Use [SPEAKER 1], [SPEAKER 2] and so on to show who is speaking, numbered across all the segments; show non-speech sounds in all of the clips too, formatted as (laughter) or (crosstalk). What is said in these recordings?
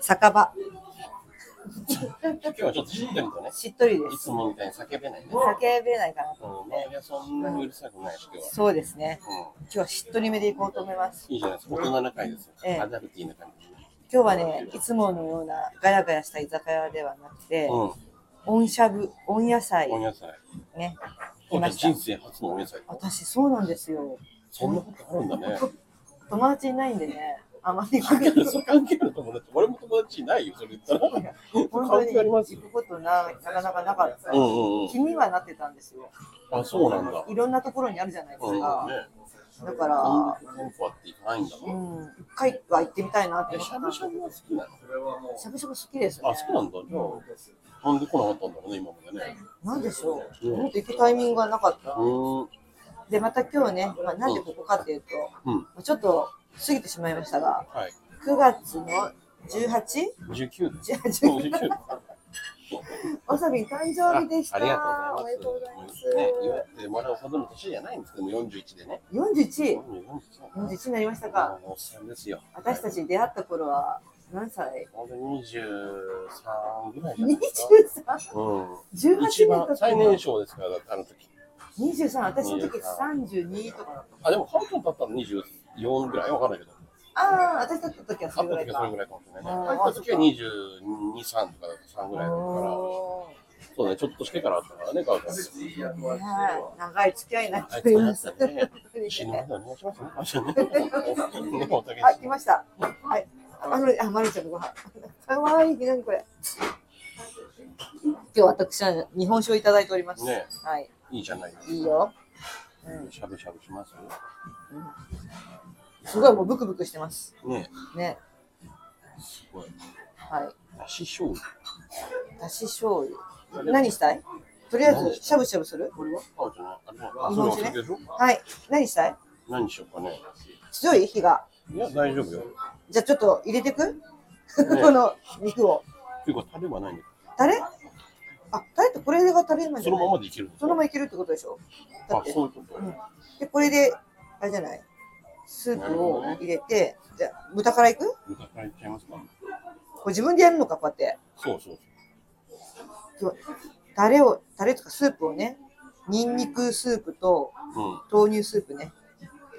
[SPEAKER 1] 酒場、
[SPEAKER 2] 今日はちょっとしっとりとね、
[SPEAKER 1] しっとりで
[SPEAKER 2] い
[SPEAKER 1] す。
[SPEAKER 2] つもみたいに叫べないね。
[SPEAKER 1] 叫べないかなと思
[SPEAKER 2] う
[SPEAKER 1] っ
[SPEAKER 2] ん、
[SPEAKER 1] て
[SPEAKER 2] 周。りはそんなにうるさくないし、今日
[SPEAKER 1] そうですね。
[SPEAKER 2] は。
[SPEAKER 1] 今日はしっとりめでいこうと思います。
[SPEAKER 2] うん、いいじゃないですか。大人な会ですよ。
[SPEAKER 1] ええ
[SPEAKER 2] アダルティーな感じ。
[SPEAKER 1] 今日はね、いつものようなガヤガヤした居酒屋ではなくて、
[SPEAKER 2] う
[SPEAKER 1] 温しゃぶ、温野菜
[SPEAKER 2] ん、温野菜。
[SPEAKER 1] ね。来
[SPEAKER 2] 今
[SPEAKER 1] ました
[SPEAKER 2] 人生初の温野菜。
[SPEAKER 1] 私そうなんですよ。
[SPEAKER 2] そんなことあるんだ (laughs) ね。
[SPEAKER 1] 友達いないんでね、あまり行く
[SPEAKER 2] 関係ない、それ関係ない友達。俺も友達いないよ、それ言った (laughs) ら。
[SPEAKER 1] 本当に
[SPEAKER 2] 関係あり
[SPEAKER 1] 行
[SPEAKER 2] ますよ。
[SPEAKER 1] くことななかなかなかった
[SPEAKER 2] う。んうんうん。
[SPEAKER 1] 気にはなってたんですよ。
[SPEAKER 2] あ、そうなんだ。
[SPEAKER 1] いろんなところにあるじゃないです
[SPEAKER 2] うん、ね。
[SPEAKER 1] か。だか
[SPEAKER 2] あ
[SPEAKER 1] ら、
[SPEAKER 2] あ、コンパって行かないんだ
[SPEAKER 1] う
[SPEAKER 2] もん。
[SPEAKER 1] ん、一回は行ってみたいなって
[SPEAKER 2] え
[SPEAKER 1] 思っ
[SPEAKER 2] したゃ
[SPEAKER 1] んで
[SPEAKER 2] ぶ
[SPEAKER 1] す
[SPEAKER 2] し
[SPEAKER 1] け
[SPEAKER 2] ゃ
[SPEAKER 1] ど
[SPEAKER 2] ぶは好きなの
[SPEAKER 1] しゃぶしゃぶ好きですね。
[SPEAKER 2] あ、そうなんだ。じゃあ、なんで来なかったんだろうね、今までね。
[SPEAKER 1] なんでしょう。
[SPEAKER 2] うん
[SPEAKER 1] もっと行くタイミングがなかった
[SPEAKER 2] う。ーん。
[SPEAKER 1] で、また今日ね、まあ、なんでここかっていうと、
[SPEAKER 2] うん。
[SPEAKER 1] ちょっと過ぎてしまいましたが、
[SPEAKER 2] はい。
[SPEAKER 1] 9月の 18?
[SPEAKER 2] 19です。
[SPEAKER 1] じゃあ
[SPEAKER 2] もう
[SPEAKER 1] 19
[SPEAKER 2] 19
[SPEAKER 1] わさび誕生日でした。
[SPEAKER 2] ありがとう
[SPEAKER 1] お
[SPEAKER 2] ございます。
[SPEAKER 1] めでとうございます。
[SPEAKER 2] ね、祝ってもらうほどの年じゃないんですけども、41でね。
[SPEAKER 1] 41、
[SPEAKER 2] 41
[SPEAKER 1] 41になりました
[SPEAKER 2] あ
[SPEAKER 1] か。
[SPEAKER 2] のおっさんですよ。
[SPEAKER 1] 私たち出会った頃は何歳
[SPEAKER 2] 本当に23ぐらいじゃないですか。
[SPEAKER 1] ?23?18
[SPEAKER 2] う
[SPEAKER 1] 年
[SPEAKER 2] ん。一
[SPEAKER 1] だっ
[SPEAKER 2] 番
[SPEAKER 1] た
[SPEAKER 2] 最年少ですから、だってあの時。
[SPEAKER 1] 23、私の時32とかだっ
[SPEAKER 2] あ、でも半分経ったの24ぐらいわかんないけど。
[SPEAKER 1] た。ああ、私だった時はそ
[SPEAKER 2] 会
[SPEAKER 1] れ
[SPEAKER 2] っ
[SPEAKER 1] ぐ
[SPEAKER 2] た
[SPEAKER 1] らいか
[SPEAKER 2] 時はそれぐ。らいかもしれないね。
[SPEAKER 1] あー
[SPEAKER 2] 会った時は22、3とかだった3ぐらいだったから。
[SPEAKER 1] お
[SPEAKER 2] そうね、ちょっとしてからあったからね、川川さん。
[SPEAKER 1] ーねえ長い付き合いになって
[SPEAKER 2] い
[SPEAKER 1] おります。
[SPEAKER 2] つね。
[SPEAKER 1] 本当にね
[SPEAKER 2] 死ぬまでお願いし (laughs) ますね。川さんね。ねおたけ
[SPEAKER 1] あ、来ました。はい。あ、まる、あ、まるちゃんのご飯。かわいい、なんこれ。今日私は日本酒をいただいております。
[SPEAKER 2] ね
[SPEAKER 1] はい。
[SPEAKER 2] いいじゃないですか。
[SPEAKER 1] いいよ。
[SPEAKER 2] しゃぶしゃぶします
[SPEAKER 1] すごいもうブクブクしてます。
[SPEAKER 2] ね
[SPEAKER 1] ね。
[SPEAKER 2] すごい。
[SPEAKER 1] は
[SPEAKER 2] だし醤油。
[SPEAKER 1] い。だし醤油。何したいとりあえずしゃぶしゃぶする
[SPEAKER 2] これはあ、じゃない。あれだ
[SPEAKER 1] 日
[SPEAKER 2] あ、
[SPEAKER 1] 本
[SPEAKER 2] そう
[SPEAKER 1] 酒ね
[SPEAKER 2] でしょ
[SPEAKER 1] はい。何したい
[SPEAKER 2] 何にしようかね。
[SPEAKER 1] 強い火が。
[SPEAKER 2] いや、大丈夫よ。
[SPEAKER 1] じゃあちょっと入れてく (laughs) この肉を。
[SPEAKER 2] っていうか、タレはないんだ
[SPEAKER 1] タレあ、タレってこれがタレなんじ
[SPEAKER 2] そ
[SPEAKER 1] ゃな
[SPEAKER 2] の
[SPEAKER 1] い
[SPEAKER 2] ままでいけるんです
[SPEAKER 1] そのま
[SPEAKER 2] か
[SPEAKER 1] まいけるってことでしょだっ
[SPEAKER 2] あ、
[SPEAKER 1] て。
[SPEAKER 2] そういうこと
[SPEAKER 1] うんで、これで、あれじゃないスープを入れて、じゃあ豚からいく
[SPEAKER 2] 豚からいっちゃいますか
[SPEAKER 1] これ自分でやるのか、こうやって。
[SPEAKER 2] そうそう
[SPEAKER 1] タレを、タレとかスープをね、ニンニクスープと
[SPEAKER 2] そう。
[SPEAKER 1] 豆乳スープね。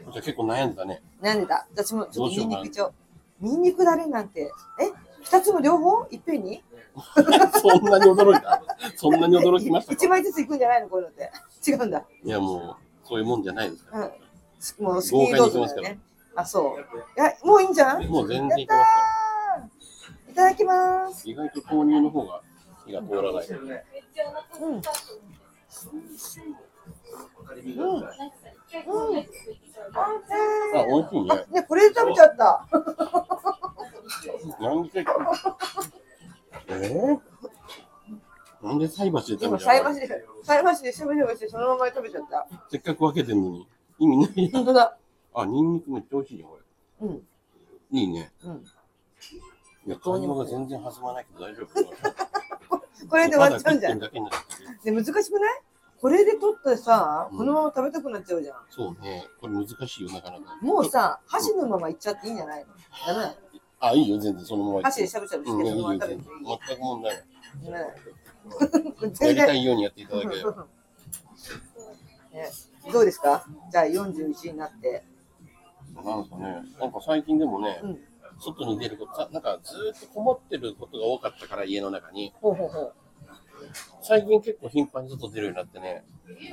[SPEAKER 2] うん。じゃあ結構悩んでたね。 (laughs)
[SPEAKER 1] なんでだ私もちょっとニンニク
[SPEAKER 2] どう
[SPEAKER 1] 一応。ニンニクだれなんて、え二つも両方いっぺんに
[SPEAKER 2] そんなに驚いたそんなに驚きました
[SPEAKER 1] 一
[SPEAKER 2] か
[SPEAKER 1] 枚ずついくんじゃないのこういうのって。 (laughs) 違うんだ。
[SPEAKER 2] いや、もう、そういうもんじゃないですから。
[SPEAKER 1] うん。もう好きにどうぞだよ
[SPEAKER 2] 豪快にいきますから
[SPEAKER 1] ね。あ、そう。いや、もういいんじゃんい
[SPEAKER 2] もう全然いけますから。
[SPEAKER 1] ただきます。
[SPEAKER 2] 意外と豆乳の方が火が通らない。
[SPEAKER 1] うん。うん。あ、
[SPEAKER 2] うん、あ、美味しいね。
[SPEAKER 1] ね、これで食べちゃった。
[SPEAKER 2] なんで。えー、なんで菜箸で食
[SPEAKER 1] 今、
[SPEAKER 2] べちゃ
[SPEAKER 1] 菜
[SPEAKER 2] うの
[SPEAKER 1] 箸で、菜箸でしゃぶしゃぶして、そのまま食べちゃった。
[SPEAKER 2] せっかく分けてんのに。意味ないやん
[SPEAKER 1] (laughs) 本当だ。
[SPEAKER 2] あ、ニンニクめっちゃ美味しいじゃん、こ
[SPEAKER 1] うん。
[SPEAKER 2] れ。いいね。
[SPEAKER 1] うん。
[SPEAKER 2] いや、買い物が全然弾まないけど大丈夫。
[SPEAKER 1] これで終わっちゃうんじゃ
[SPEAKER 2] た
[SPEAKER 1] ん。
[SPEAKER 2] だ食ってるだけになっち
[SPEAKER 1] で、
[SPEAKER 2] ゃう
[SPEAKER 1] 難しくないこれで取ってさ、
[SPEAKER 2] うん
[SPEAKER 1] このまま食べたくなっちゃうじゃん。
[SPEAKER 2] そうね。これ難しいよ、なかなか。
[SPEAKER 1] もうさ、箸のままいっちゃっていいんじゃないのダメなの
[SPEAKER 2] あ、いいよ、全然そのまま。
[SPEAKER 1] 箸でしゃぶしゃぶし
[SPEAKER 2] うん、い
[SPEAKER 1] て、
[SPEAKER 2] や
[SPEAKER 1] そ
[SPEAKER 2] いい
[SPEAKER 1] のま
[SPEAKER 2] よ、
[SPEAKER 1] ま食べて
[SPEAKER 2] 全然全く問題な
[SPEAKER 1] い
[SPEAKER 2] い。
[SPEAKER 1] い。 (laughs) ダメなの
[SPEAKER 2] や
[SPEAKER 1] 全
[SPEAKER 2] りた
[SPEAKER 1] 然。
[SPEAKER 2] いようにやっていただければ。
[SPEAKER 1] (laughs) ねどうですかじゃあ41になって。
[SPEAKER 2] なんかね、なんか最近でもね、
[SPEAKER 1] うん
[SPEAKER 2] 外に出ること、さなんかずーっとこもってることが多かったから、家の中に。
[SPEAKER 1] ほうほうほう。
[SPEAKER 2] 最近結構頻繁に外出るようになってね、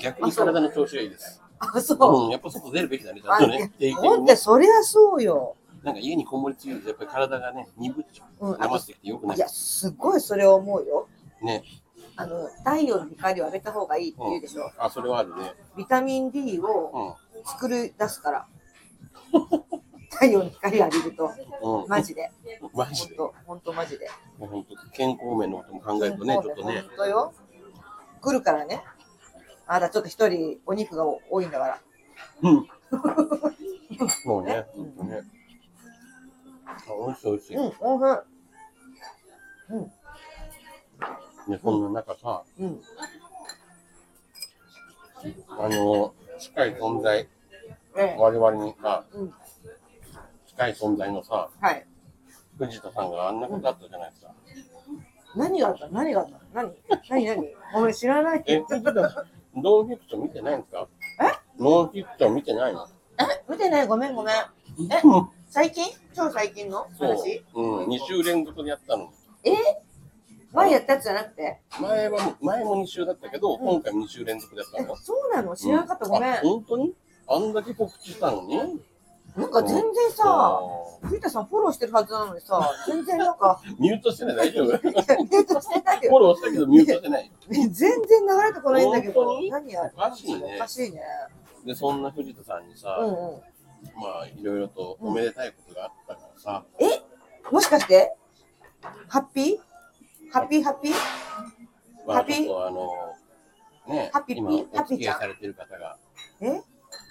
[SPEAKER 2] 逆に体の調子がいいです。
[SPEAKER 1] あ、そう。
[SPEAKER 2] うん、やっぱ外出るべきだね、ちゃんと
[SPEAKER 1] あい
[SPEAKER 2] ね
[SPEAKER 1] や。
[SPEAKER 2] 定期的
[SPEAKER 1] ほ
[SPEAKER 2] に
[SPEAKER 1] んで、
[SPEAKER 2] ね
[SPEAKER 1] そりゃそうよ。
[SPEAKER 2] なんか家にこもりすぎると、やっぱり体がね、鈍っちゃ
[SPEAKER 1] う
[SPEAKER 2] う。
[SPEAKER 1] んあと
[SPEAKER 2] 生してきてよくない
[SPEAKER 1] い。や、すごいそれを思うよ。
[SPEAKER 2] ね。
[SPEAKER 1] あの、太陽の光を浴びた方がいいって言うでしょ。
[SPEAKER 2] あ、それはあるね。
[SPEAKER 1] ビタミン D
[SPEAKER 2] う
[SPEAKER 1] を
[SPEAKER 2] ん。
[SPEAKER 1] 作り出すから。 (laughs) 太陽の光を浴びると。
[SPEAKER 2] うん。
[SPEAKER 1] マジで。
[SPEAKER 2] マ
[SPEAKER 1] ほ
[SPEAKER 2] ジ
[SPEAKER 1] ん
[SPEAKER 2] で。
[SPEAKER 1] と、ほんとマジで。
[SPEAKER 2] 本当健康面のことも考えるとね、ちょっとね
[SPEAKER 1] ほ。んとよ。来るからね。あなたちょっと一人お肉が多いんだから。
[SPEAKER 2] うん。そうね、本当ね。あ、美味しい美味しい。
[SPEAKER 1] うん、おい
[SPEAKER 2] ね、そんな中さ、
[SPEAKER 1] しい。うん。
[SPEAKER 2] あの、近い存在、
[SPEAKER 1] ええ
[SPEAKER 2] 我々にさ、
[SPEAKER 1] うん
[SPEAKER 2] 近い存在のさ、
[SPEAKER 1] はい。
[SPEAKER 2] 藤田さんがあんなことあったじゃないですか。
[SPEAKER 1] 何があった何があった何何何ごめん、知らない。
[SPEAKER 2] え、藤田さん、ノンフィクション見てないんですかノンフィクション見てないの
[SPEAKER 1] え、見てない。ごめん、ごめん。え、最近超最近の
[SPEAKER 2] そう
[SPEAKER 1] 話。
[SPEAKER 2] うん、2週連続でやったの。
[SPEAKER 1] え前やったやつじゃなくて
[SPEAKER 2] 前はもう、前も2週だったけど、
[SPEAKER 1] ん
[SPEAKER 2] 今回2週連続でやった
[SPEAKER 1] え
[SPEAKER 2] の。、
[SPEAKER 1] そうなの知らなかった。
[SPEAKER 2] う
[SPEAKER 1] ごめん
[SPEAKER 2] あ。本当にあんだけ告知したのに
[SPEAKER 1] なんか全然さ、藤田さんフォローしてるはずなのにさ、全然なんか、
[SPEAKER 2] うんミュートしてない大丈夫フ
[SPEAKER 1] いやデートしてないよ。
[SPEAKER 2] ォローしたけどミュートしてない。
[SPEAKER 1] 全然流れてこないんだけ
[SPEAKER 2] 本
[SPEAKER 1] ど
[SPEAKER 2] 当、に
[SPEAKER 1] 何や
[SPEAKER 2] おかしいね
[SPEAKER 1] おかしいね。
[SPEAKER 2] で、そんな藤田さんにさ、
[SPEAKER 1] うんうん。
[SPEAKER 2] まあ、いろいろとおめでたいことがあったからさ、
[SPEAKER 1] もしかして、ハッピーハッピーハッピー
[SPEAKER 2] ま
[SPEAKER 1] ハ
[SPEAKER 2] あ、
[SPEAKER 1] ッピー
[SPEAKER 2] ちょっとあの、ね
[SPEAKER 1] ハッ、ピー
[SPEAKER 2] 今、お
[SPEAKER 1] ハッピ
[SPEAKER 2] 付
[SPEAKER 1] ー
[SPEAKER 2] き
[SPEAKER 1] ちゃ
[SPEAKER 2] 合
[SPEAKER 1] ん
[SPEAKER 2] いされてる方が
[SPEAKER 1] え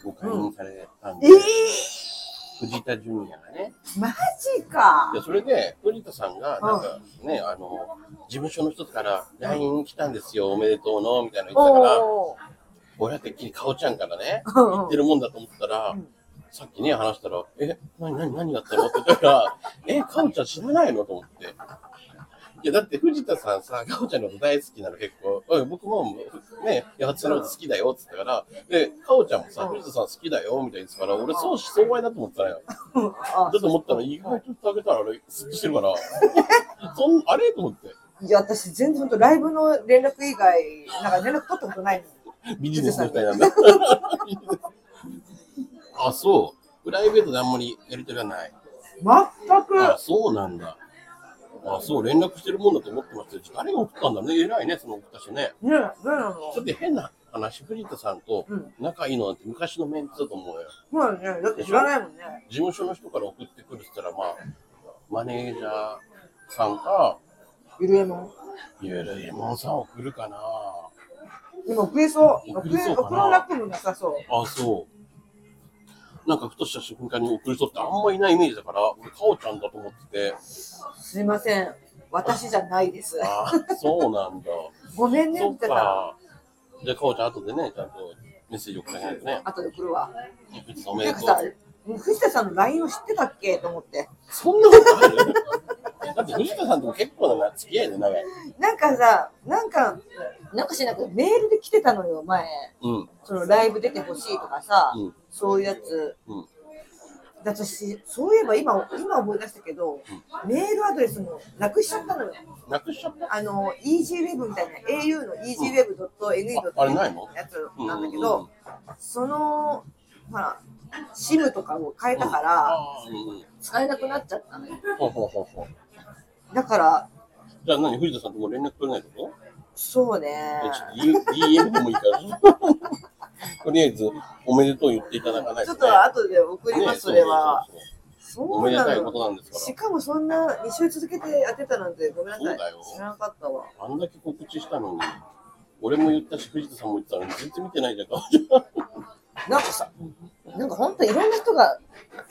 [SPEAKER 2] ご解任されたんで、
[SPEAKER 1] え
[SPEAKER 2] 藤田ジュニアがね。
[SPEAKER 1] ー、マジか
[SPEAKER 2] で、それで、藤田さんが、なんかね、あの、事務所の人から LINE 来たんですよ、おめでとうの、みたいなの言ってたから、
[SPEAKER 1] おー
[SPEAKER 2] 俺はてっきりかおちゃんからね、
[SPEAKER 1] うんうん
[SPEAKER 2] 言ってるもんだと思ったら、
[SPEAKER 1] うん
[SPEAKER 2] さっきね、話したら、え、なになに何だったのって言ったら、え、かおちゃん知らないのと思って。いや、だって藤田さんさ、かおちゃんのこと大好きなの結構、うん僕もね、八つのこと好きだよって言ったから、で、かおちゃんもさ、藤田さん好きだよみたいに言ってたから、俺、相思相愛だと思ってたのよ。
[SPEAKER 1] うんあ
[SPEAKER 2] だと思ったら、意外とってあげたら、あれ、すっきしてるから、 (laughs) そんあれと思って。
[SPEAKER 1] いや、私、全然本当、ライブの連絡以外、なんか連絡取ったことないの。
[SPEAKER 2] ビジネスみたいなんだ。 (laughs) あ、そう。プライベートであんまりやりとりはない。
[SPEAKER 1] 全く、
[SPEAKER 2] あ、そうなんだ。あ、そう、連絡してるもんだと思ってましたよ。誰が送ったんだろうね。偉いね、その送った人ね。
[SPEAKER 1] ね、どうなの
[SPEAKER 2] だって変な話、藤田さんと
[SPEAKER 1] うん
[SPEAKER 2] 仲いいのなんて昔のメンツだと思うよ。
[SPEAKER 1] そうだね、だって知らないもんね。
[SPEAKER 2] 事務所の人から送ってくるって言ったら、まあ、マネージャーさんか、
[SPEAKER 1] ゆるえもん。
[SPEAKER 2] ゆるえもんさん送るかな。
[SPEAKER 1] でも、送れそう。
[SPEAKER 2] 送
[SPEAKER 1] 送
[SPEAKER 2] れ
[SPEAKER 1] れ
[SPEAKER 2] そうかな
[SPEAKER 1] 送らなくもなさそう。
[SPEAKER 2] あ、そう。なんかふとした瞬間に送る人ってあんまいないイメージだから、俺、かおちゃんだと思ってて、
[SPEAKER 1] すいません。私じゃないです。
[SPEAKER 2] あー、そうな
[SPEAKER 1] (laughs)
[SPEAKER 2] んだ。
[SPEAKER 1] ごめんね、
[SPEAKER 2] そ
[SPEAKER 1] み
[SPEAKER 2] った
[SPEAKER 1] いな。
[SPEAKER 2] か。じゃあ、かおちゃん、後でね、ちゃんとメッセージ送らないとね。
[SPEAKER 1] 後で送るわ。
[SPEAKER 2] 藤田おめ
[SPEAKER 1] な
[SPEAKER 2] で
[SPEAKER 1] んか
[SPEAKER 2] と
[SPEAKER 1] さ
[SPEAKER 2] う。、
[SPEAKER 1] 藤田さんの LINE を知ってたっけと思って。
[SPEAKER 2] そんなことある (laughs) だって藤田さんとも結構な付き合いで長い。
[SPEAKER 1] なんかさ、なんか、なんかしなくて、メールで来てたのよ、前。
[SPEAKER 2] うん。
[SPEAKER 1] そのライブ出てほしいとかさ、
[SPEAKER 2] うん
[SPEAKER 1] そういうやつ。
[SPEAKER 2] うん
[SPEAKER 1] だって私、そういえば今、今思い出したけど、メールアドレスもなくしちゃったのよ。
[SPEAKER 2] なくしちゃった
[SPEAKER 1] あの、EasyWeb みたいな、au の easyweb.ne.
[SPEAKER 2] ああれないの
[SPEAKER 1] やつなんだけど、、その、ほら、SIM とかを変えたか
[SPEAKER 2] あ
[SPEAKER 1] ら、
[SPEAKER 2] あー、うんうん。
[SPEAKER 1] 使えなくなっちゃったのよ。
[SPEAKER 2] ほうほうほうほう。
[SPEAKER 1] だから、
[SPEAKER 2] じゃあ何、藤田さんともう連絡取れないってこと
[SPEAKER 1] そうね。
[SPEAKER 2] えちょっと DM でもいいから。 (laughs) とりあえず、おめでとう言っていただかない
[SPEAKER 1] ちょ
[SPEAKER 2] と、
[SPEAKER 1] っ
[SPEAKER 2] ね。
[SPEAKER 1] と後で送り
[SPEAKER 2] ね
[SPEAKER 1] ます、それは。。
[SPEAKER 2] そうそうそう
[SPEAKER 1] そ
[SPEAKER 2] お
[SPEAKER 1] う
[SPEAKER 2] めで
[SPEAKER 1] な
[SPEAKER 2] たいこ
[SPEAKER 1] の。
[SPEAKER 2] となんです
[SPEAKER 1] し
[SPEAKER 2] か
[SPEAKER 1] かもそんな2週続けてやってたなんてごめんなさ
[SPEAKER 2] そう
[SPEAKER 1] い
[SPEAKER 2] だよ。
[SPEAKER 1] 知らなかったわ。
[SPEAKER 2] ら。あんだけ告知したのに、俺も言ったし、藤田さんも言ってたのに、全然見てないじゃんか。
[SPEAKER 1] なんかさ、なんか本当いろんな人が、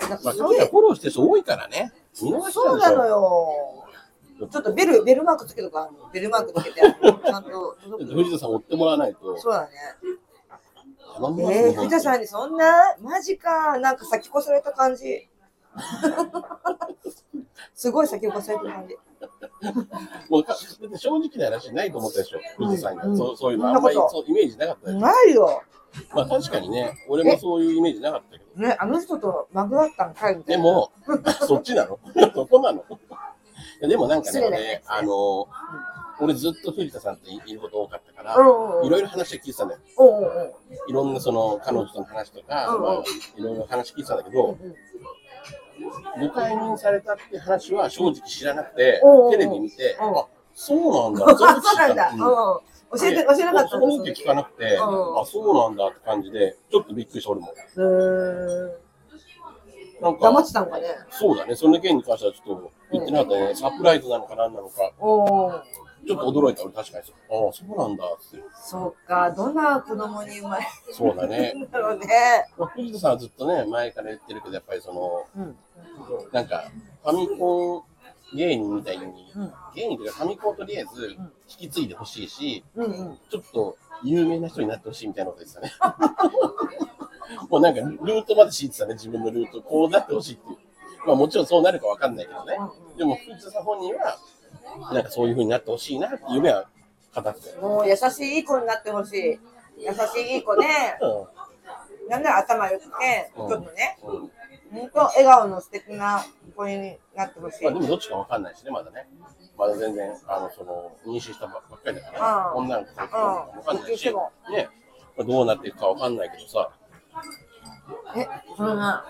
[SPEAKER 1] なん
[SPEAKER 2] まあ、
[SPEAKER 1] かす
[SPEAKER 2] そう
[SPEAKER 1] げ
[SPEAKER 2] いうの
[SPEAKER 1] え、
[SPEAKER 2] フォローしてる人多いからね。見逃しちゃ
[SPEAKER 1] そうう
[SPEAKER 2] でし
[SPEAKER 1] なの
[SPEAKER 2] ょ。
[SPEAKER 1] よ。ちょっとベル、ベルマークつけとか、ベルマークつけて、あのちゃんと届く
[SPEAKER 2] 藤田さん追ってもらわないと、
[SPEAKER 1] そうだね。
[SPEAKER 2] 頼みます
[SPEAKER 1] えー、藤田さ
[SPEAKER 2] ん。
[SPEAKER 1] んにそんなマジか。なんか先越された感じ。 (laughs) すごい先越された感じ。
[SPEAKER 2] もうかだって正直な話ないと思ったでしょ、藤田さんが。
[SPEAKER 1] うん
[SPEAKER 2] そうそういうの、あんまり
[SPEAKER 1] そんなこ
[SPEAKER 2] そうイメージなかったで
[SPEAKER 1] う
[SPEAKER 2] しょ。
[SPEAKER 1] まいよ。
[SPEAKER 2] まあ確かにね、俺もそういうイメージなかったけど。
[SPEAKER 1] ね、あの人とマグワッタン会みたいな。
[SPEAKER 2] でも、そっちなのそこなのいやでもなんかね、
[SPEAKER 1] 失礼なやつね
[SPEAKER 2] 俺あの、俺ずっと藤田さんといること多かったか
[SPEAKER 1] うん
[SPEAKER 2] ら、
[SPEAKER 1] うんうん、
[SPEAKER 2] いろいろ話を聞いてたんだよ。
[SPEAKER 1] うんうんうん
[SPEAKER 2] いろんなその彼女との話とか、
[SPEAKER 1] うんうん
[SPEAKER 2] まあ、いろいろ話聞いてたんだけ
[SPEAKER 1] う
[SPEAKER 2] ど
[SPEAKER 1] ん、うん
[SPEAKER 2] ご解任されたって話は正直知らなくて
[SPEAKER 1] うんう、ん
[SPEAKER 2] テレビ見て、
[SPEAKER 1] うん
[SPEAKER 2] あ、そうなんだ。
[SPEAKER 1] あ、 (laughs) そうなんだ。
[SPEAKER 2] う
[SPEAKER 1] うんん。教えて、教えなかった
[SPEAKER 2] そ
[SPEAKER 1] ん
[SPEAKER 2] こ
[SPEAKER 1] だ。
[SPEAKER 2] に聞かなくて、
[SPEAKER 1] うん
[SPEAKER 2] あ、そうなんだって感じで、ちょっとびっくりした俺も。
[SPEAKER 1] うーん。
[SPEAKER 2] なん
[SPEAKER 1] 黙っ
[SPEAKER 2] か、
[SPEAKER 1] てたのかね。
[SPEAKER 2] そうだね、その件に関してはちょっと言ってなかったね。サプライズなのか何なのか。
[SPEAKER 1] おお。
[SPEAKER 2] ちょっと驚いた俺確かにそうああそうなんだって
[SPEAKER 1] そうか。どんな子供に生まれ
[SPEAKER 2] そう
[SPEAKER 1] (laughs)
[SPEAKER 2] だね、
[SPEAKER 1] るんだろうね。
[SPEAKER 2] まあ、藤田さんはずっとね前から言ってるけどやっぱりその
[SPEAKER 1] うん。
[SPEAKER 2] なんかファミコン芸人みたいに、
[SPEAKER 1] うん
[SPEAKER 2] 芸人というかファミコンをとりあえず引き継いでほしいし
[SPEAKER 1] うんうん。
[SPEAKER 2] ちょっと有名な人になってほしいみたいなことでしたね (laughs) もうなんかルートまで敷いてたね自分のルートこうなってほしいっていうまあもちろんそうなるかわかんないけどね
[SPEAKER 1] うん。
[SPEAKER 2] でも藤田さん本人は、なんかそういう風になってほしいなって夢は語ってたよ。
[SPEAKER 1] うんもう優しいいい子になってほしい。優しいいい子ね、なんなら頭良くて、ちょっとね、
[SPEAKER 2] うん。うん。
[SPEAKER 1] 本当笑顔の素敵な子になってほしい
[SPEAKER 2] まあ。でもどっちかわかんないしね、まだね。まだ全然、あの、その、妊娠したばっかりだから、
[SPEAKER 1] うん
[SPEAKER 2] 女の子とかわかん
[SPEAKER 1] うん
[SPEAKER 2] な
[SPEAKER 1] どっ
[SPEAKER 2] い
[SPEAKER 1] ち
[SPEAKER 2] し、
[SPEAKER 1] で
[SPEAKER 2] ね
[SPEAKER 1] も、
[SPEAKER 2] まあどうなっていくかわかんないけどさ、
[SPEAKER 1] え、そのな、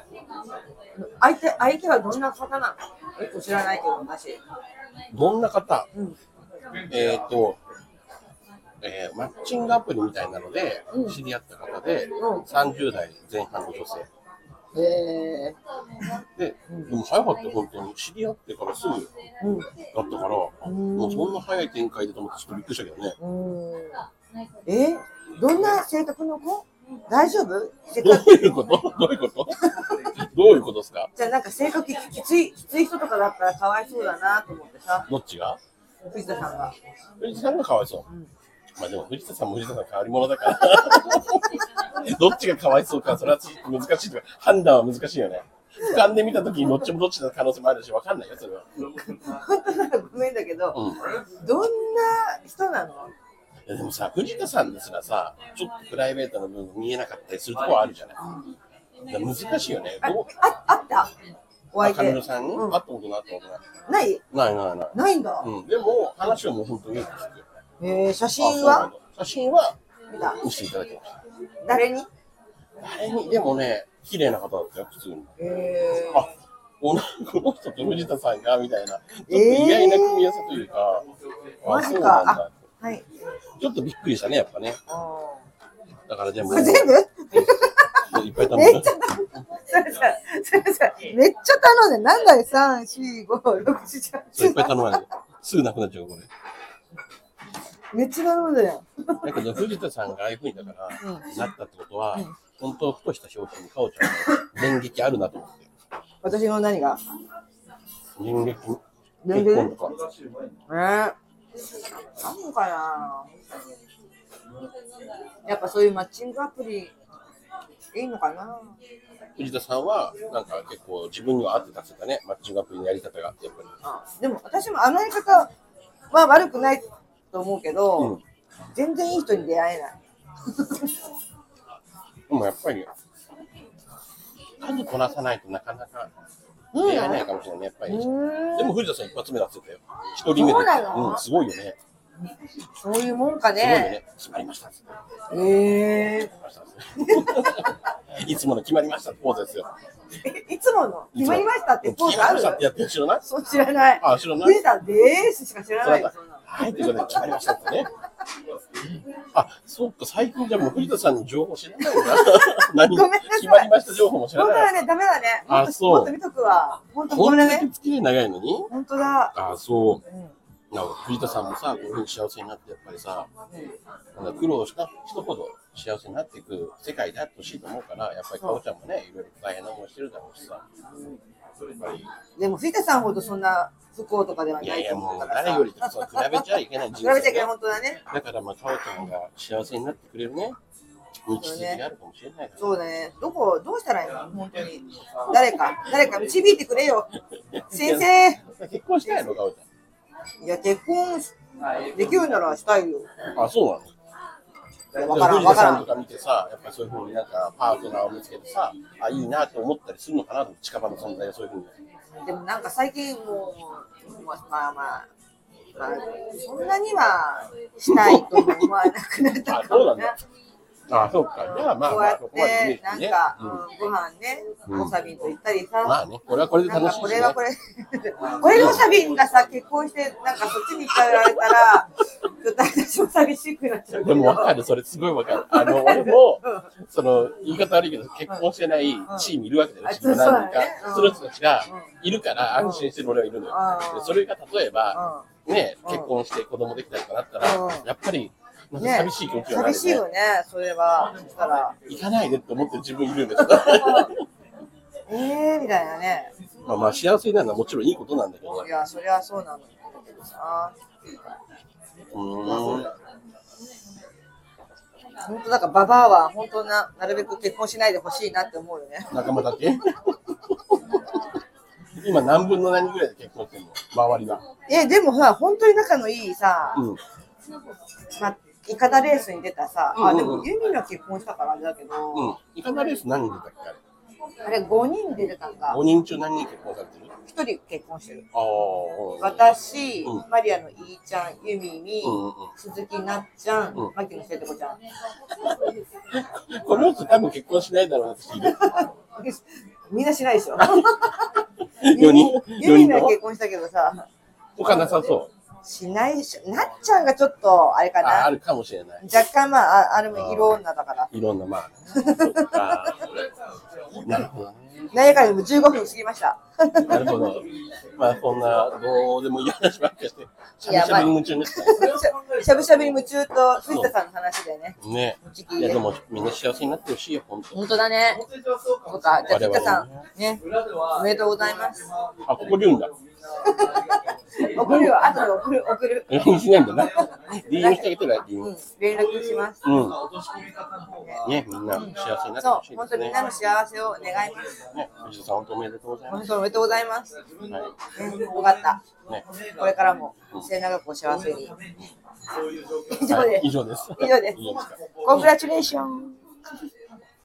[SPEAKER 1] 相手、相手はどんな方なのよく知らないけど、私。
[SPEAKER 2] どんな方、
[SPEAKER 1] うん。
[SPEAKER 2] えっ、ー、と、えーマッチングアプリみたいなので
[SPEAKER 1] うん
[SPEAKER 2] 知り合った方で、
[SPEAKER 1] うん
[SPEAKER 2] 30代前半の女性
[SPEAKER 1] え
[SPEAKER 2] で、でも早かった本当に知り合ってからすぐだ
[SPEAKER 1] ー、うん。
[SPEAKER 2] ったか
[SPEAKER 1] う
[SPEAKER 2] ら、
[SPEAKER 1] ん
[SPEAKER 2] もうそんな早い展開でと思ってちょっとびっくりしたけどね
[SPEAKER 1] うんえどんな性格の子大丈夫せっ
[SPEAKER 2] ど
[SPEAKER 1] かく
[SPEAKER 2] ういうことどういうことどういうことですか
[SPEAKER 1] じゃあなんか性格ききついきつい人とかだったらかわいそうだなと思ってさ
[SPEAKER 2] どっちが
[SPEAKER 1] 藤田さんが (laughs)
[SPEAKER 2] 藤田さんがかわいそう、
[SPEAKER 1] うん
[SPEAKER 2] まあでも藤田さんも藤田さん変わり者だから (laughs) どっちがかわいそうかそれは難しいとか判断は難しいよね俯瞰で見た時にどっちもどっちの可能性もあるしわかんないよそれは、
[SPEAKER 1] 本当なんかごめんだけど
[SPEAKER 2] うん
[SPEAKER 1] どんな人なの
[SPEAKER 2] いやでもさ、藤田さんですらさ、ちょっとプライベートの部分見えなかったりするところあるじゃない。だから難しいよね。
[SPEAKER 1] あ
[SPEAKER 2] どう
[SPEAKER 1] ああったお
[SPEAKER 2] あ
[SPEAKER 1] 相
[SPEAKER 2] 彼
[SPEAKER 1] 手
[SPEAKER 2] 女さんに、
[SPEAKER 1] うん
[SPEAKER 2] 会ったことない、会ったこ
[SPEAKER 1] ない
[SPEAKER 2] とない。ないないない。
[SPEAKER 1] ないんだ、
[SPEAKER 2] うん、でも、話はもう本当によく聞くよ。
[SPEAKER 1] えー、写真
[SPEAKER 2] あそうな
[SPEAKER 1] は
[SPEAKER 2] んだ写真は
[SPEAKER 1] 見た
[SPEAKER 2] 見せていただきました。
[SPEAKER 1] 誰に
[SPEAKER 2] 誰に、でもね、綺麗な方だったよ、普通に。
[SPEAKER 1] えー
[SPEAKER 2] あ、このこの人と藤田さんが、みたいな。ちょっと意外な組み合わせというか、
[SPEAKER 1] えー
[SPEAKER 2] あ、
[SPEAKER 1] マジ
[SPEAKER 2] そう
[SPEAKER 1] か
[SPEAKER 2] なんだ。
[SPEAKER 1] はい
[SPEAKER 2] ちょっとびっくりしたね、やっぱね。
[SPEAKER 1] あ
[SPEAKER 2] だからでも、
[SPEAKER 1] ー全部
[SPEAKER 2] いっぱい頼
[SPEAKER 1] め
[SPEAKER 2] む
[SPEAKER 1] っちゃそれさそれさめっちゃ頼んで何台三四五六七
[SPEAKER 2] それい
[SPEAKER 1] 八
[SPEAKER 2] っぱい頼まないで。すぐなくなっちゃう、これ。
[SPEAKER 1] めっちゃ頼んだよ。
[SPEAKER 2] だけど、藤田さんがああいうふうにだから、
[SPEAKER 1] うん
[SPEAKER 2] なったってことは、
[SPEAKER 1] うん
[SPEAKER 2] 本当、ふとした表情に、かおちゃん、電撃あるなと思って。
[SPEAKER 1] 私の何が
[SPEAKER 2] 電撃、
[SPEAKER 1] 電撃
[SPEAKER 2] 結婚とか。
[SPEAKER 1] えー、何かなやっぱそういうマッチングアプリいいのかな
[SPEAKER 2] 藤田さんは、なんか結構、自分には合ってたっていうかね、マッチングアプリのやり方が、やっぱり。
[SPEAKER 1] あでも私もあのやり方は悪くないと思うけど、
[SPEAKER 2] うん
[SPEAKER 1] 全然いい人に出会えない。
[SPEAKER 2] でもやっぱり、数こなさないとなかなか
[SPEAKER 1] うん
[SPEAKER 2] 出会えないかもしれないね、やっぱり。
[SPEAKER 1] う
[SPEAKER 2] で
[SPEAKER 1] ーん
[SPEAKER 2] も藤田さん一発目だって言ってたよ。一人目で。
[SPEAKER 1] そうなの
[SPEAKER 2] うん、すごいよね。
[SPEAKER 1] そういうもんか
[SPEAKER 2] すごいよ
[SPEAKER 1] ね。
[SPEAKER 2] ね。決まり
[SPEAKER 1] (laughs)
[SPEAKER 2] ましたっつって。
[SPEAKER 1] ええ
[SPEAKER 2] 決まりましたっつっていつもの決まりましたってポーズですよ。
[SPEAKER 1] えいつもの決まりましたってポーズあ
[SPEAKER 2] 決まりましたっ
[SPEAKER 1] る
[SPEAKER 2] てやって後ろな。
[SPEAKER 1] そう知らない。
[SPEAKER 2] あ、後ろな。
[SPEAKER 1] 藤田ですしか知らないよ。
[SPEAKER 2] はい、ということで決まりましたってね。あ、そっか、最近じゃもう藤田さんの情報知らないんだ。何
[SPEAKER 1] ごめんなさい
[SPEAKER 2] 決まりました情報も知
[SPEAKER 1] そ
[SPEAKER 2] ら
[SPEAKER 1] んな
[SPEAKER 2] な
[SPEAKER 1] だ
[SPEAKER 2] い。
[SPEAKER 1] ね、ダメだね。
[SPEAKER 2] あ
[SPEAKER 1] もっと
[SPEAKER 2] そう
[SPEAKER 1] もっと見とくわ。本当
[SPEAKER 2] こ
[SPEAKER 1] こ
[SPEAKER 2] ん
[SPEAKER 1] れ
[SPEAKER 2] だけ
[SPEAKER 1] ね。
[SPEAKER 2] 付き合い長いのに
[SPEAKER 1] 本当だ。
[SPEAKER 2] あ、そ
[SPEAKER 1] うん
[SPEAKER 2] う。なんか藤田さんもさ、こういうふうに幸せになって、やっぱりさ、なんか苦労した人ほど幸せになっていく世界であってほしいと思うから、やっぱりかおちゃんもね、いろいろ大変な思いしてるだろうしさ。やっぱり
[SPEAKER 1] でも、藤田さんほどそんな不幸とかではいな
[SPEAKER 2] や
[SPEAKER 1] い
[SPEAKER 2] い
[SPEAKER 1] と
[SPEAKER 2] や、
[SPEAKER 1] 思
[SPEAKER 2] も
[SPEAKER 1] う
[SPEAKER 2] う
[SPEAKER 1] から
[SPEAKER 2] 誰
[SPEAKER 1] さ。
[SPEAKER 2] よりとそう比べちゃいけない人
[SPEAKER 1] 比
[SPEAKER 2] 生ね
[SPEAKER 1] べちゃいけない、本当だね。
[SPEAKER 2] だから、まあ、かおちゃんが幸せになってくれるね、道筋があるかもしれないから
[SPEAKER 1] そうだね。どこ、どうしたらいいの本当に。誰か、誰か導いてくれよ。先生。
[SPEAKER 2] 結婚したいのかおち
[SPEAKER 1] いや、結婚できるならしたいよ。
[SPEAKER 2] ゃん。あ、そう
[SPEAKER 1] い
[SPEAKER 2] な
[SPEAKER 1] や
[SPEAKER 2] の
[SPEAKER 1] わからん、
[SPEAKER 2] 藤田
[SPEAKER 1] わか
[SPEAKER 2] さ
[SPEAKER 1] ら
[SPEAKER 2] んと
[SPEAKER 1] ん。
[SPEAKER 2] か見てさ、やっぱりそういうふうになんかパートナーを見つけてさ、あ、いいなと思ったりするのかなと思って、近場の存在がそういうふうに。
[SPEAKER 1] でもなんか最近もう、まあまあ、まあ、そんなにはしたいと思わなくなった
[SPEAKER 2] あ、
[SPEAKER 1] か
[SPEAKER 2] そうな
[SPEAKER 1] も
[SPEAKER 2] ん
[SPEAKER 1] ね。
[SPEAKER 2] だ。あ、そうか。じゃあまあ
[SPEAKER 1] こう
[SPEAKER 2] ま
[SPEAKER 1] や
[SPEAKER 2] あ、ここま
[SPEAKER 1] っ
[SPEAKER 2] で
[SPEAKER 1] て、なん
[SPEAKER 2] ね。
[SPEAKER 1] か、
[SPEAKER 2] うん
[SPEAKER 1] うんご飯ね、
[SPEAKER 2] うん
[SPEAKER 1] おさびんと行ったりさ、
[SPEAKER 2] まあね、これはこれで
[SPEAKER 1] なん
[SPEAKER 2] 楽
[SPEAKER 1] か
[SPEAKER 2] しい
[SPEAKER 1] こ
[SPEAKER 2] し
[SPEAKER 1] れ
[SPEAKER 2] ね。
[SPEAKER 1] はこれ、これでおさびんがさ、結婚して、なんかそっちに行かられたら、ちょっと私も寂しくなっちゃうけど。
[SPEAKER 2] でもわかる、それすごいわかる。あ
[SPEAKER 1] (laughs)
[SPEAKER 2] の、俺も
[SPEAKER 1] うん、
[SPEAKER 2] その、言い方悪いけど、結婚してないチームいるわけだよ
[SPEAKER 1] うん。
[SPEAKER 2] チーム何人
[SPEAKER 1] あ
[SPEAKER 2] か。そ
[SPEAKER 1] そうだねう
[SPEAKER 2] の
[SPEAKER 1] ん
[SPEAKER 2] 人たちがいるから安心してる俺はいるのよ
[SPEAKER 1] う。ん
[SPEAKER 2] でそれが例えば、
[SPEAKER 1] う
[SPEAKER 2] ね、
[SPEAKER 1] うん
[SPEAKER 2] 結婚して子供できたとかなったら
[SPEAKER 1] うん、
[SPEAKER 2] やっぱり、なん
[SPEAKER 1] ん
[SPEAKER 2] か
[SPEAKER 1] ね
[SPEAKER 2] 寂しい気持ちにな
[SPEAKER 1] 寂
[SPEAKER 2] る
[SPEAKER 1] しいよ
[SPEAKER 2] ね。
[SPEAKER 1] ね、それは。そしたら、
[SPEAKER 2] 行かないでって思ってる自分いるんだけど。
[SPEAKER 1] えーみたいなね。
[SPEAKER 2] (laughs) まあまあ、幸せになるのはもちろんいいことなんだけど
[SPEAKER 1] い。や、そりゃそうなの。あ
[SPEAKER 2] うーん。
[SPEAKER 1] 本当なんかババアは本当ななるべく結婚しないでほしいなって思うよね。
[SPEAKER 2] 仲間だけ今何分の何ぐらいで結婚してんの周りが。
[SPEAKER 1] え、でもさ、本当に仲のいいさ、
[SPEAKER 2] うん。
[SPEAKER 1] まあ、イカダレースに出たさ、
[SPEAKER 2] うんうんうん
[SPEAKER 1] あ、でもユミが結婚したからあれだけど、
[SPEAKER 2] うん。いかがレース何人出たっけあれ
[SPEAKER 1] あれ5人で出たんだ
[SPEAKER 2] 5。人中何人結婚されてる
[SPEAKER 1] 1人結婚してる。
[SPEAKER 2] ああ。
[SPEAKER 1] 私、
[SPEAKER 2] うん
[SPEAKER 1] マリアのイーちゃん、ユミミ、
[SPEAKER 2] うんうんうん。
[SPEAKER 1] 鈴木なっちゃん、
[SPEAKER 2] うん
[SPEAKER 1] 牧野聖子ちゃん。 (laughs)
[SPEAKER 2] この人多分結婚しないだろうなって聞いてる。
[SPEAKER 1] みんなしないでしょ。
[SPEAKER 2] 4人
[SPEAKER 1] ユ
[SPEAKER 2] 四
[SPEAKER 1] ミ
[SPEAKER 2] 人
[SPEAKER 1] ミは
[SPEAKER 2] の
[SPEAKER 1] 結婚したけどさ、
[SPEAKER 2] 他なさそ
[SPEAKER 1] しないでしょ。なっちゃんがちょっと、あれ
[SPEAKER 2] う。
[SPEAKER 1] かな。
[SPEAKER 2] ああるかもしれない。
[SPEAKER 1] 若干まあ、ああれも色女だから。
[SPEAKER 2] いろんな、まあ。そっかなるほどね。
[SPEAKER 1] なんやかんやでも15分過ぎました。
[SPEAKER 2] なるほど。まあ、こんな、どうでもいい話ばっかりして、しゃぶしゃぶに夢中になっ
[SPEAKER 1] しゃぶしゃぶに夢中と藤田さんの話でね。
[SPEAKER 2] た。ね。
[SPEAKER 1] 時期
[SPEAKER 2] いや、
[SPEAKER 1] で
[SPEAKER 2] でも、みんな幸せになってほしいよ、本当
[SPEAKER 1] 本当だね。そうか、じゃあ藤田さん、ね、おめでとうございます。
[SPEAKER 2] あ、ここで言うんだ。
[SPEAKER 1] 送るよ、後で送る、送る。
[SPEAKER 2] LINE しな
[SPEAKER 1] (laughs)
[SPEAKER 2] いんだな。DM してあげて、
[SPEAKER 1] う
[SPEAKER 2] LINE
[SPEAKER 1] ん。、連絡します。
[SPEAKER 2] うん。
[SPEAKER 1] ね
[SPEAKER 2] ね、みんな幸せになって
[SPEAKER 1] そ
[SPEAKER 2] ほし
[SPEAKER 1] う、
[SPEAKER 2] いで
[SPEAKER 1] 本
[SPEAKER 2] す
[SPEAKER 1] 当にみ
[SPEAKER 2] ね
[SPEAKER 1] んな。の幸せを願います。
[SPEAKER 2] ね、藤田さん、本当おめでとうございま
[SPEAKER 1] 本
[SPEAKER 2] す。
[SPEAKER 1] 当おめでとうございます。
[SPEAKER 2] はい
[SPEAKER 1] ね、よかった。
[SPEAKER 2] ね
[SPEAKER 1] これからも末永くお幸せに。以上
[SPEAKER 2] はい
[SPEAKER 1] で
[SPEAKER 2] 以上です。
[SPEAKER 1] す。以上です。
[SPEAKER 2] 以上ですか
[SPEAKER 1] コングラチュレーション。